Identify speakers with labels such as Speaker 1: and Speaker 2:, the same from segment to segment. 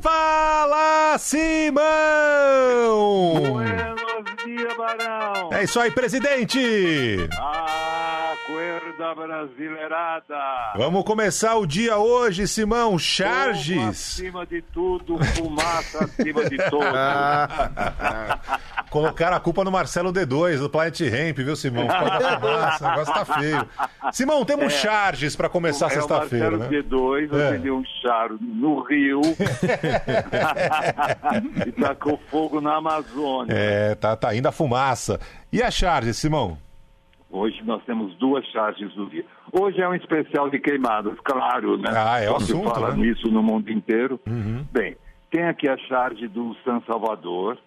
Speaker 1: Fala, Simão!
Speaker 2: Buenos dias, Barão!
Speaker 1: É isso aí, presidente!
Speaker 2: Acorda, brasileirada!
Speaker 1: Vamos começar o dia hoje, Simão.
Speaker 2: Fumo
Speaker 1: Charges!
Speaker 2: Um Acima de tudo, fumaça acima de tudo.
Speaker 1: Ah, Colocaram a culpa no Marcelo D2, do Planet Ramp, viu, Simão? Ficou na fumaça, o negócio tá feio. Simão, temos charges pra começar
Speaker 2: é o
Speaker 1: sexta-feira,
Speaker 2: Marcelo
Speaker 1: né?
Speaker 2: D2
Speaker 1: É.
Speaker 2: acendeu um charo no Rio e tacou fogo na Amazônia.
Speaker 1: É, tá, tá indo a fumaça. E a charges, Simão?
Speaker 2: Hoje nós temos duas charges do dia. Hoje é um especial de queimadas, claro, né?
Speaker 1: Ah, é o
Speaker 2: Só se
Speaker 1: assunto,
Speaker 2: fala
Speaker 1: né? Uhum.
Speaker 2: nisso no mundo inteiro. Bem, tem aqui a charge do San Salvador,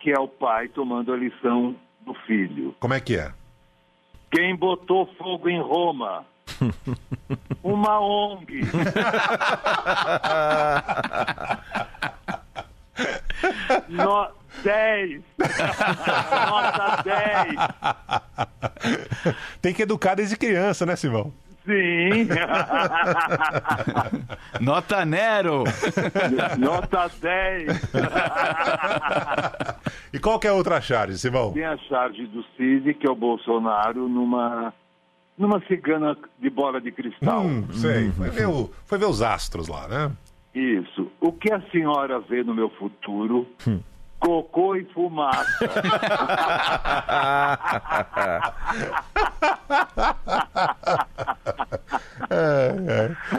Speaker 2: que é o pai tomando a lição do filho.
Speaker 1: Como é que é?
Speaker 2: Quem botou fogo em Roma? Uma ONG. No... 10. Nota 10.
Speaker 1: Tem que educar desde criança, né, Simão?
Speaker 2: Sim.
Speaker 3: Nota Nero!
Speaker 2: Nota 10.
Speaker 1: E qual que é a outra charges, Simão?
Speaker 2: Tem a charge do Cid, que é o Bolsonaro, numa, numa cigana de bola de cristal.
Speaker 1: Hum, sei. Foi ver, o- foi ver os astros lá, né?
Speaker 2: Isso. O que a senhora vê no meu futuro?
Speaker 3: Hum.
Speaker 2: Cocô e fumaça.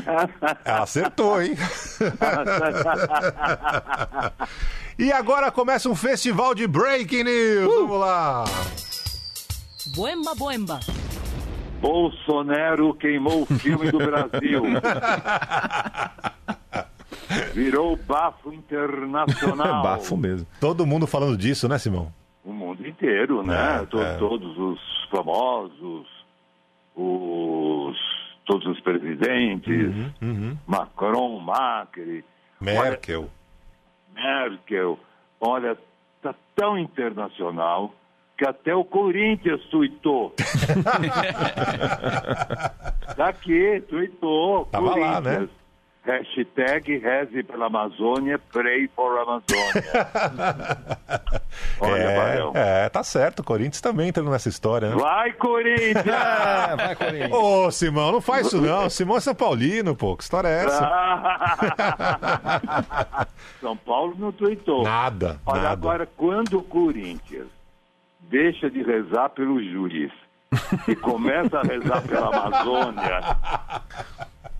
Speaker 1: Ela acertou, hein? e agora começa um festival de breaking news. Vamos lá.
Speaker 4: Boemba, boemba.
Speaker 2: Bolsonaro queimou o filme do Brasil. Virou bafo internacional.
Speaker 3: Bafo mesmo.
Speaker 1: Todo mundo falando disso, né, Simão?
Speaker 2: O mundo inteiro, né?
Speaker 1: É,
Speaker 2: To-
Speaker 1: é.
Speaker 2: Todos os famosos, os, todos os presidentes,
Speaker 1: Uhum,
Speaker 2: Macron, Macri,
Speaker 1: Merkel.
Speaker 2: Merkel. Olha, tá tão internacional que até o Corinthians tuitou. tá aqui, tuitou.
Speaker 1: Tava lá,
Speaker 2: Corinthians.
Speaker 1: né?
Speaker 2: Hashtag reze pela Amazônia, pray for Amazônia. Olha, Barão.
Speaker 1: é, é, tá certo. O Corinthians também entrando nessa história, né?
Speaker 2: Vai, Corinthians!
Speaker 1: É.
Speaker 3: vai, Corinthians.
Speaker 1: Ô, Simão, não faz isso não. Simão é São Paulino, pô. Que história é essa?
Speaker 2: São Paulo não tuitou.
Speaker 1: Nada,
Speaker 2: Olha,
Speaker 1: nada.
Speaker 2: agora, quando o Corinthians deixa de rezar pelo juiz e começa a rezar pela Amazônia,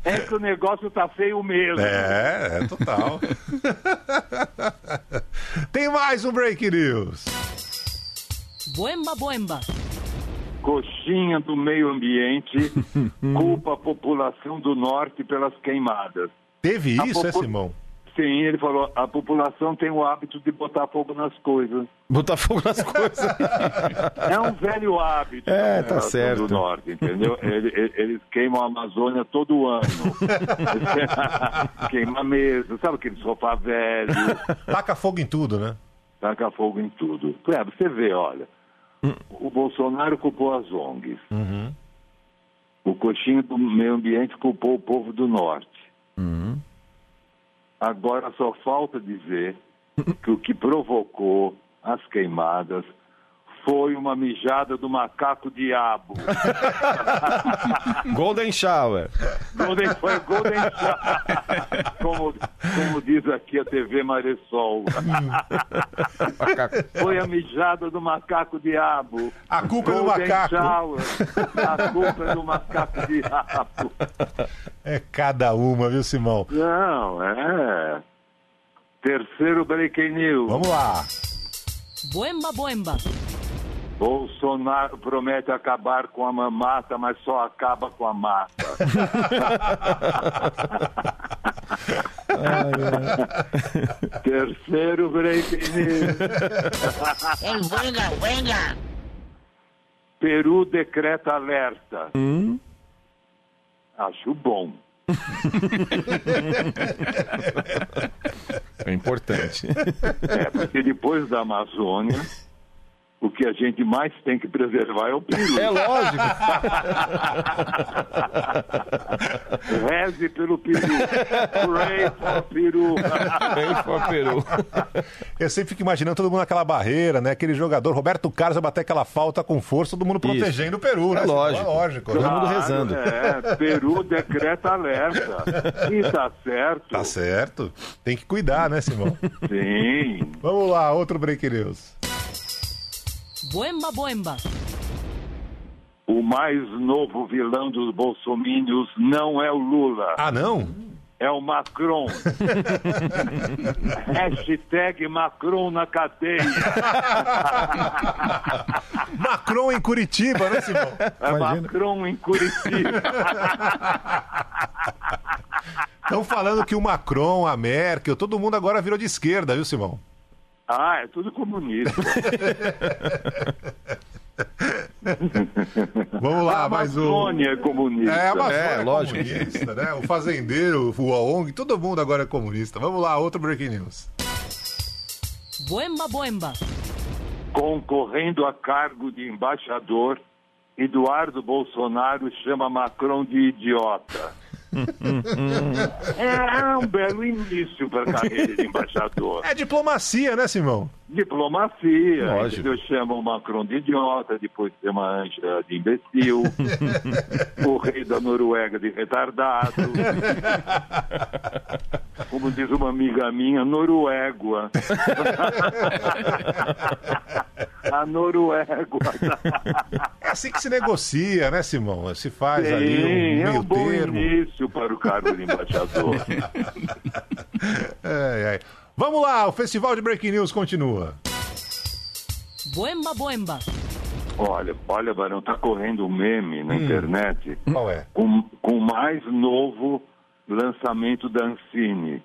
Speaker 2: é que o negócio tá feio mesmo.
Speaker 1: É, é total. Tem mais um breaking news.
Speaker 4: Boemba, boemba.
Speaker 2: Coxinha do meio ambiente culpa a população do norte pelas queimadas.
Speaker 1: Teve
Speaker 2: A
Speaker 1: isso, é,
Speaker 2: popu-
Speaker 1: Simão?
Speaker 2: Sim, ele falou, a população tem o hábito de botar fogo nas coisas.
Speaker 3: Botar fogo nas coisas.
Speaker 2: É um velho hábito.
Speaker 3: É,
Speaker 2: da
Speaker 3: tá
Speaker 2: população
Speaker 3: certo.
Speaker 2: Do norte, entendeu? Ele- ele- Eles, queimam a Amazônia todo ano. Queima mesa, sabe aquele sofá velho,
Speaker 1: Taca fogo em tudo, né?
Speaker 2: taca fogo em tudo. É, você vê, olha, o Bolsonaro culpou as ONGs. O coxinho do meio ambiente culpou o povo do norte. Agora só falta dizer que o que provocou as queimadas Foi uma mijada do macaco diabo.
Speaker 5: Golden Shower.
Speaker 2: Golden, foi Golden Shower. Como, como diz aqui a TV Maresol. Foi a mijada do macaco diabo.
Speaker 1: A culpa é do
Speaker 2: Golden
Speaker 1: macaco.
Speaker 2: Shower. A culpa é do macaco diabo.
Speaker 1: É cada uma, viu, Simão?
Speaker 2: Não, é. Terceiro breaking news.
Speaker 1: Vamos lá.
Speaker 4: Buemba Buemba.
Speaker 2: Bolsonaro promete acabar com a mamata, mas só acaba com a mata. Terceiro break news.
Speaker 6: El huelga, huelga.
Speaker 2: Peru decreta alerta. Acho bom.
Speaker 5: É importante.
Speaker 2: É, porque depois da Amazônia, o que a gente mais tem que preservar é o Peru.
Speaker 5: É lógico.
Speaker 2: Reze pelo Peru. Pray for Peru.
Speaker 5: Bem for Peru.
Speaker 1: Eu sempre fico imaginando todo mundo naquela barreira, né? Aquele jogador, Roberto Carlos, vai bater aquela falta com força, todo mundo protegendo o Peru, né?
Speaker 5: É lógico.
Speaker 1: É lógico.
Speaker 5: Todo
Speaker 1: né?
Speaker 5: mundo rezando.
Speaker 2: É, Peru decreta alerta. E tá certo.
Speaker 1: Tá certo. Tem que cuidar, né, Simão?
Speaker 2: Sim.
Speaker 1: Vamos lá, outro break news.
Speaker 4: Buemba Buemba.
Speaker 2: O mais novo vilão dos bolsomínios não é o Lula,
Speaker 1: Ah, não?
Speaker 2: é o Macron. Hashtag Macron na cadeia.
Speaker 1: Macron em Curitiba, né, Simão?
Speaker 2: É Macron em Curitiba.
Speaker 1: Estão falando que o Macron, a Merkel, todo mundo agora virou de esquerda, viu, Simão?
Speaker 2: Ah, é tudo comunista.
Speaker 1: Vamos lá,
Speaker 2: A
Speaker 1: mais um.
Speaker 2: Amazônia é comunista.
Speaker 1: É, a Amazônia
Speaker 5: É,
Speaker 1: é
Speaker 5: lógico.
Speaker 1: comunista, né? O fazendeiro, o ONG, todo mundo agora é comunista. Vamos lá, outro breaking news.
Speaker 4: Buemba Buemba.
Speaker 2: Concorrendo a cargo de embaixador, Eduardo Bolsonaro chama Macron de idiota. é um belo início para a carreira de embaixador.
Speaker 1: É diplomacia, né, Simão?
Speaker 2: Diplomacia.
Speaker 5: Lógico.
Speaker 2: Eu chamo o Macron de idiota, depois chama a Angela de imbecil, o rei da Noruega de retardado. Como diz uma amiga minha, noruégua. a noruégua.
Speaker 1: É assim que se negocia, né, Simão? Se faz ali
Speaker 2: Sim,
Speaker 1: um
Speaker 2: é
Speaker 1: meio
Speaker 2: um bom
Speaker 1: termo.
Speaker 2: início para o cargo de embaixador.
Speaker 1: Ai, ai. É, Vamos lá, o Festival de Breaking News continua.
Speaker 4: Buemba Buemba.
Speaker 2: Olha, olha, Barão, tá correndo um meme na internet
Speaker 1: Qual é?
Speaker 2: com, com o mais novo lançamento da Ancine.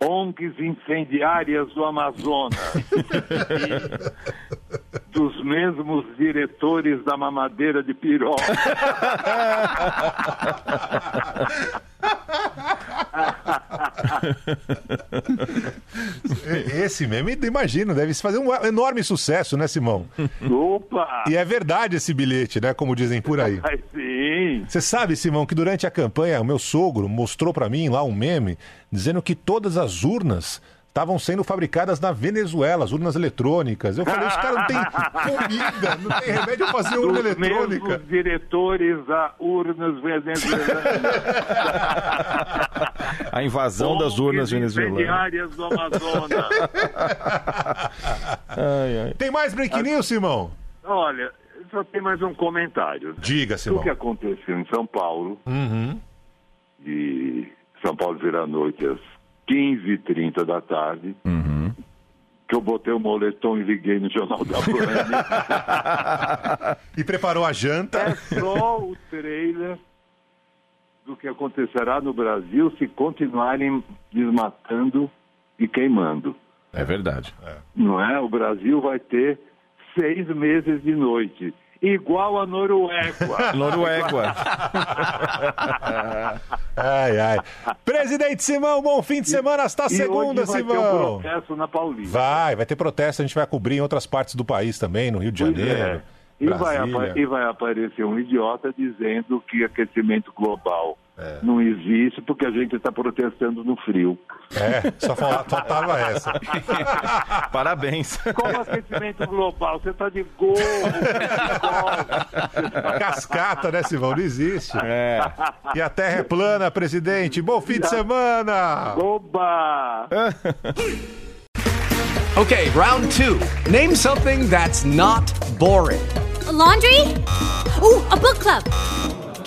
Speaker 2: ONGs incendiárias do Amazonas. E dos mesmos diretores da mamadeira de piroca.
Speaker 1: E- Esse meme, imagino, deve se fazer um enorme sucesso, né, Simão?
Speaker 2: Opa!
Speaker 1: E é verdade esse bilhete, né, como dizem por aí.
Speaker 2: Mas sim,
Speaker 1: Você sabe, Simão, que durante a campanha o meu sogro mostrou pra mim lá um meme dizendo que todas as urnas estavam sendo fabricadas na Venezuela, as urnas eletrônicas. Eu falei, os caras não têm comida, não tem remédio pra fazer urna
Speaker 2: dos
Speaker 1: eletrônica.
Speaker 2: mesmos diretores da urnas venezuelanas.
Speaker 5: A invasão das urnas
Speaker 2: ONGs
Speaker 5: venezuelanas.
Speaker 2: incendiárias do Amazonas.
Speaker 1: Tem mais break news, Simão?
Speaker 2: Olha, só tem mais um comentário.
Speaker 1: Diga,
Speaker 2: O
Speaker 1: Simão.
Speaker 2: que aconteceu em São Paulo, de São Paulo vira à noite às 15h30 da tarde,
Speaker 1: Uhum.
Speaker 2: que eu botei o moletom e liguei no Jornal da Band.
Speaker 1: E preparou a janta?
Speaker 2: é só o trailer do que acontecerá no Brasil se continuarem desmatando e queimando.
Speaker 5: É verdade.
Speaker 2: Não é? O Brasil vai ter seis meses de noite. Igual a Noruega.
Speaker 5: Noruega.
Speaker 1: Ai, ai. Presidente Simão, bom fim de semana hasta segunda,
Speaker 2: e hoje vai ter um
Speaker 1: Simão.
Speaker 2: processo na Paulista.
Speaker 1: Vai, vai ter protesto, a gente vai cobrir em outras partes do país também, no Rio de
Speaker 2: Pois
Speaker 1: Janeiro.
Speaker 2: é. E vai, apa-
Speaker 1: Brasília.
Speaker 2: e vai aparecer um idiota dizendo que aquecimento global Não existe porque a gente está protestando no frio.
Speaker 1: É, só fal- faltava essa.
Speaker 5: Parabéns.
Speaker 2: Como aquecimento global? Você está de gorro,
Speaker 1: Cascata, né, Silvão? Não existe.
Speaker 5: É.
Speaker 1: E a terra é plana, presidente. Bom fim
Speaker 2: Tá.
Speaker 1: de semana!
Speaker 2: oba!
Speaker 7: Okay, round two. Name something that's not boring.
Speaker 8: A laundry? Ooh, a book club.